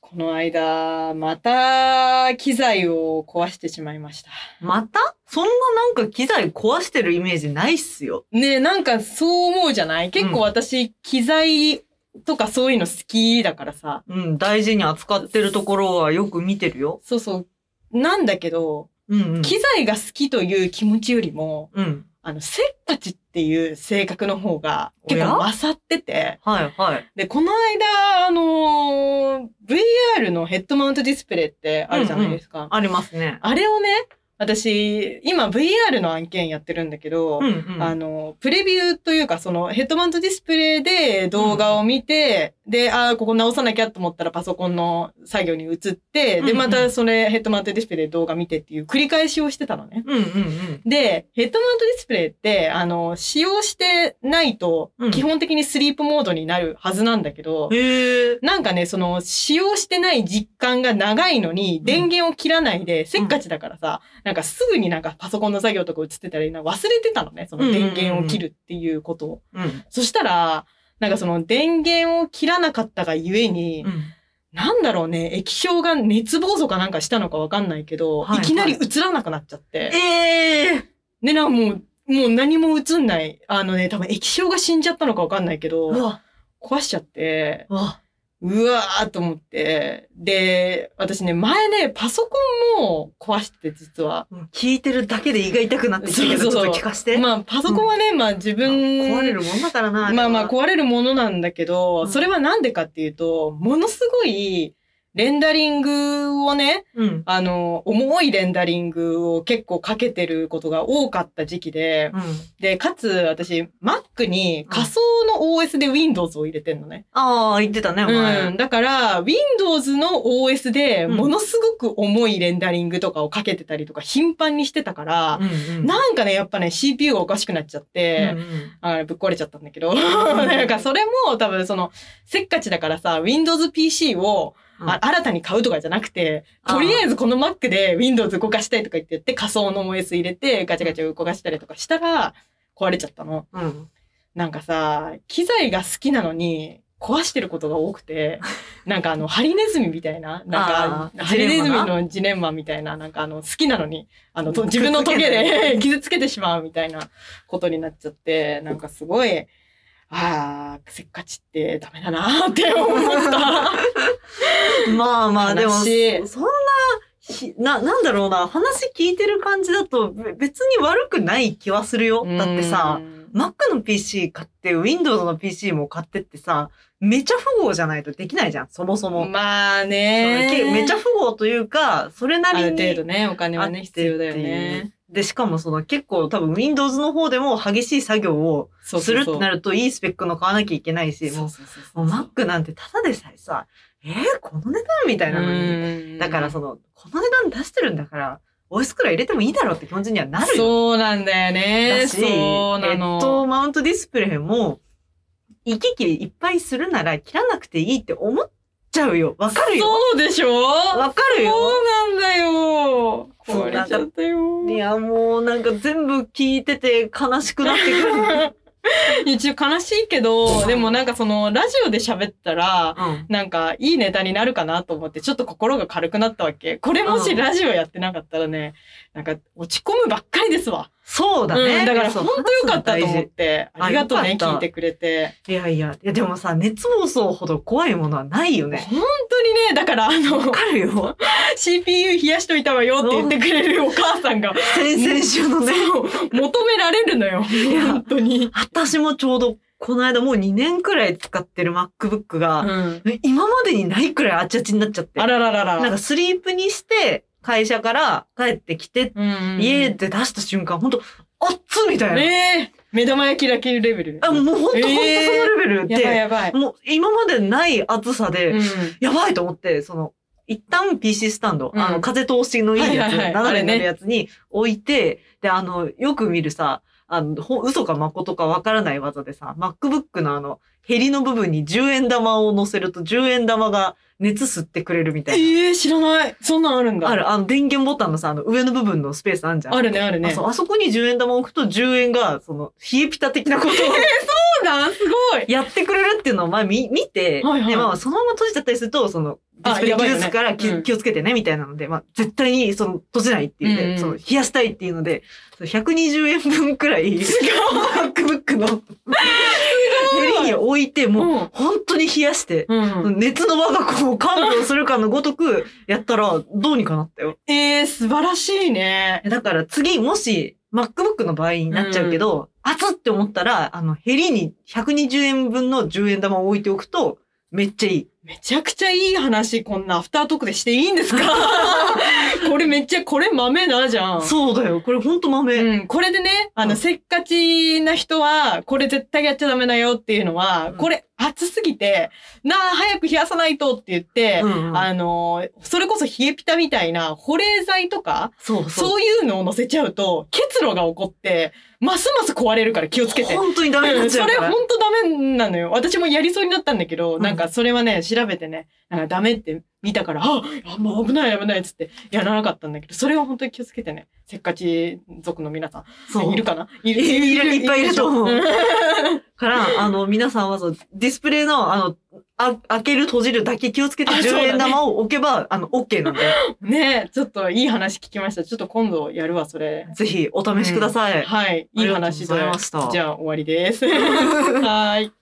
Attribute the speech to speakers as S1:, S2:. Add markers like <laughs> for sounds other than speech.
S1: この間、また機材を壊してしまいました。
S2: またそんななんか機材壊してるイメージないっすよ。
S1: ねえ、なんかそう思うじゃない結構私、機材とかそういうの好きだからさ。
S2: うん、大事に扱ってるところはよく見てるよ。
S1: そうそう。なんだけど、
S2: うん、うん。
S1: 機材が好きという気持ちよりも、
S2: うん。
S1: あの、せっかちっていう性格の方が
S2: お
S1: 結
S2: や
S1: 構勝ってて。
S2: はいはい。
S1: で、この間、あのー VR のヘッドマウントディスプレイってあるじゃないですか。
S2: ありますね。
S1: あれをね、私、今 VR の案件やってるんだけど、
S2: うんうん。
S1: あの、プレビューというか、そのヘッドマウントディスプレイで動画を見て、で、ああ、ここ直さなきゃと思ったらパソコンの作業に移って、
S2: うんう
S1: で、
S2: ん
S1: またそれヘッドマウントディスプレイで動画見てっていう繰り返しをしてたのね。
S2: うんうんうん。
S1: で、ヘッドマウントディスプレイって、あの、使用してないと
S2: うん、
S1: 基本的にスリープモードになるはずなんだけど、
S2: へえ。
S1: なんかね、その、使用してない実感が長いのに、
S2: ん
S1: 電源を切らないで、せっかちだからさ、なんかすぐになんかパソコンの作業とか映ってたり、なんか忘れてたのね、その
S2: うんうんうん
S1: 電源を切るっていうことを。
S2: うん。
S1: そしたら、なんかその電源を切らなかったがゆえに、
S2: うん
S1: なんだろうね、液晶が熱暴走かなんかしたのかわかんないけど、
S2: はい
S1: い
S2: はい
S1: きなり映らなくなっちゃって。
S2: ええ
S1: で、なんかもう、もう何も映んない。あのね、多分液晶が死んじゃったのかわかんないけ
S2: ー。う
S1: ど、
S2: わ、
S1: 壊しちゃって、
S2: うわ。
S1: うわーと思って。で、私ね、前ね、パソコンも壊してて、実は。
S2: もう聞いてるだけで胃が痛くなってきたけ
S1: そ
S2: ど、
S1: う
S2: ち
S1: そ
S2: ょ
S1: う
S2: っ
S1: そう
S2: と聞かせて。
S1: まあ、パソコンはね、まあ自
S2: あ
S1: 分、
S2: 壊れるもんだからな。
S1: まあま
S2: れ
S1: あ
S2: は
S1: 壊れるものなんだけど、
S2: うん
S1: それはなんでかっていうと、ものすごい、レンダリングをね、
S2: うん。
S1: あの、重いレンダリングを結構かけてることが多かった時期で、
S2: うん。
S1: で、かつ私、Mac に仮想の OS で Windows を入れてんのね。
S2: ああ、言ってたね、お前。
S1: うん、だから、Windows の OS で
S2: うん
S1: ものすごく重いレンダリングとかをかけてたりとか頻繁にしてたから、
S2: うんうん。
S1: なんかね、やっぱね、CPU がおかしくなっちゃって、
S2: うんうん
S1: あぶっ壊れちゃったんだけど、 <laughs> なんかそれも多分その、せっかちだからさ、Windows PC を、
S2: うん
S1: あ新たに買うとかじゃなくて、とりあえずこの Mac で Windows 動かしたいとか言ってやって仮想の OS 入れてガチャガチャ動かしたりとかしたら、壊れちゃったの。
S2: うん。
S1: なんかさ、機材が好きなのに、壊してることが多く
S2: <laughs>
S1: て、なんかあの、ハリネズミみたいな、なん
S2: あー
S1: か、ハリネズミ
S2: ジレンマ
S1: のジレンマみたいな、なんかあの、好きなのに、あの、と
S2: うん
S1: 自分のトゲで <laughs>
S2: 傷つけて
S1: 傷つけてしまうみたいなことになっちゃって、なんかすごい、ああ、せっかちってダメだなーって思った。
S2: <laughs> まあまあ、でも、
S1: 話
S2: そんな、ひな、なんだろうな、話聞いてる感じだと、べ別に悪くない気はするよ。だってさ
S1: う、ん、
S2: Mac の PC 買って、Windows の PC も買ってってさ、めちゃ富豪じゃないとできないじゃん、そもそも。
S1: まあね
S2: け
S1: ー。
S2: めちゃ富豪というか、それな
S1: あ
S2: り
S1: る
S2: に
S1: 程度ね、お金
S2: あ
S1: は
S2: って
S1: ね、
S2: って
S1: 必要だよね。。
S2: で、しかもその結構多分 Windows の方でも激しい作業を
S1: そう
S2: す
S1: そう
S2: るっ
S1: そう
S2: てなるといいスペックの買わなきゃいけないし、
S1: そ
S2: も
S1: う
S2: う
S1: そうそうそう
S2: もう Mac なんてただでさえさ、えー、この値段みたいなのに。
S1: うん
S2: だからその、この値段出してるんだから、OS くらい入れてもいいだろうって気持ちにはなるよ。
S1: そうなんだよね。
S2: だし、
S1: そうな
S2: ヘ
S1: の。
S2: ッドマウントディスプレイも、行き来いっぱいするなら切らなくていいって思っちゃうよ。わかるよ。
S1: そうでしょ
S2: わかる
S1: そ
S2: よ。
S1: うなんだよ。
S2: こう
S1: 壊れちゃったよ。
S2: いや、もうなんか全部聞いてて悲しくなってく
S1: <laughs>
S2: る。
S1: 一応悲しいけど、でもなんかその、ラジオで喋ったら、
S2: うん。
S1: なんか、いいネタになるかなと思って、ちょっと心が軽くなったわけ。これも
S2: う
S1: し
S2: ん
S1: ラジオやってなかったらね、なんか、落ち込むばっかりですわ。
S2: そうだね。
S1: うん、だから、
S2: そう
S1: 本当よかったと
S2: 話すの
S1: 思っ
S2: 大
S1: て、
S2: あ
S1: ありがとうね、
S2: よかった
S1: 聞いてくれて。
S2: 事いやいや、いやでもさ、熱暴走ほど怖いものはないよね。
S1: 本当にね、だから、あ
S2: わ <laughs>
S1: の、
S2: かるよ。
S1: <laughs> CPU 冷やしといたわよって言ってくれるお母さんが、
S2: 先々週のね。
S1: 求められるのよ。
S2: や
S1: 本当に。
S2: 私もちょうど、この間もう2年くらい使ってる MacBook が、今までにないくらいあちあちになっちゃって。
S1: あららら
S2: なん
S1: ら。
S2: かスリープにして、会社から帰ってきて、
S1: うん
S2: 家で出した瞬間、ほんと、あっつみたいな。
S1: ねえ。目玉焼きだけレベル。
S2: あ、もうほんとほんとその
S1: えー
S2: レベルで、
S1: やばいやばい。
S2: もう今までない暑さで、
S1: うん
S2: やばいと思って、その、一旦 PC スタンド、
S1: うん
S2: あの、風通しのいいやつ、
S1: はいはいはい
S2: 斜めにな
S1: あれ
S2: る
S1: ね
S2: やつに置いて、で、あの、よく見るさ、あの、ほ嘘か誠かわからない技でさ、MacBook のあの、ヘリの部分に10円玉を乗せると10円玉が熱吸ってくれるみたいな。
S1: ええ、知らない。そんなんあるんだ。
S2: あ。る、あの、電源ボタンのさ、あの、上の部分のスペースあんじゃん。
S1: あるね、あるね。
S2: あそうあそこに10円玉を置くと10円が、その、冷えピタ的なことを。
S1: そうなんすごい
S2: やってくれるっていうのを、まあ、み、見て、
S1: はいはい
S2: で、まあ、そのまま閉じちゃったりすると、その、ディスプレイ
S1: やばい
S2: 技
S1: よね
S2: 術から気,、
S1: うん
S2: 気をつけてね、みたいなので、まあ、絶対に、その、閉じないっていう
S1: うんう
S2: ね、
S1: ん
S2: その、冷やしたいっていうので、その120円分くらい、MacBook の、襟に置いて、もう、
S1: も
S2: 本当に冷やして、
S1: う、うん、
S2: 熱の我が子を看病するかのごとく、やったら、どうにかなったよ。
S1: えー、素晴らしいね。
S2: だから次、もし、MacBook の場合になっちゃうけど、熱って思ったら、あの、ヘリに120円分の10円玉を置いておくと、めっちゃいい。
S1: めちゃくちゃいい話、こんなアフタートークでしていいん
S2: <laughs>
S1: ですかこれめっちゃ、これ豆なじゃん。
S2: そうだよ。これほんと豆。
S1: うん、これでね、あの、
S2: うん
S1: せっかちな人は、これ絶対やっちゃダメだよっていうのは、
S2: うん
S1: これ暑すぎて、なあ、早く冷やさないとって言って、
S2: うんうん
S1: あの、それこそ冷えピタみたいな保冷剤とか、
S2: そうそう。
S1: そういうのを乗せちゃうと、結露が起こって、ますます壊れるから気をつけて。
S2: 本当にダメに
S1: う
S2: なっ
S1: ん
S2: ち
S1: そ
S2: ゃ
S1: う
S2: か
S1: れ
S2: ら。
S1: 本当ダメなのよ。私もやりそうになったんだけど、
S2: うん
S1: なんかそれはね、調べてね、なんかダメって見たから、あ、あもう危ない危ないっつってやらなかったんだけど、それは本当に気をつけてね。せっかち族の皆さ
S2: そ
S1: ん、
S2: う
S1: いるかない
S2: いるいるいっぱいいると思う
S1: でし
S2: から、あの、皆さんはそう、ディスプレイの、あの、あ開ける、閉じるだけ気をつけて
S1: あそうだ
S2: 10
S1: ね
S2: 円玉を置けば、あの、OK なんで、
S1: ょねえちょっといい話聞きました。ちょっと今度やるわ、それ。
S2: ぜひお試しください。
S1: はい、いい話で
S2: ありがとうございました <laughs>
S1: じゃあ終わりです。はーい。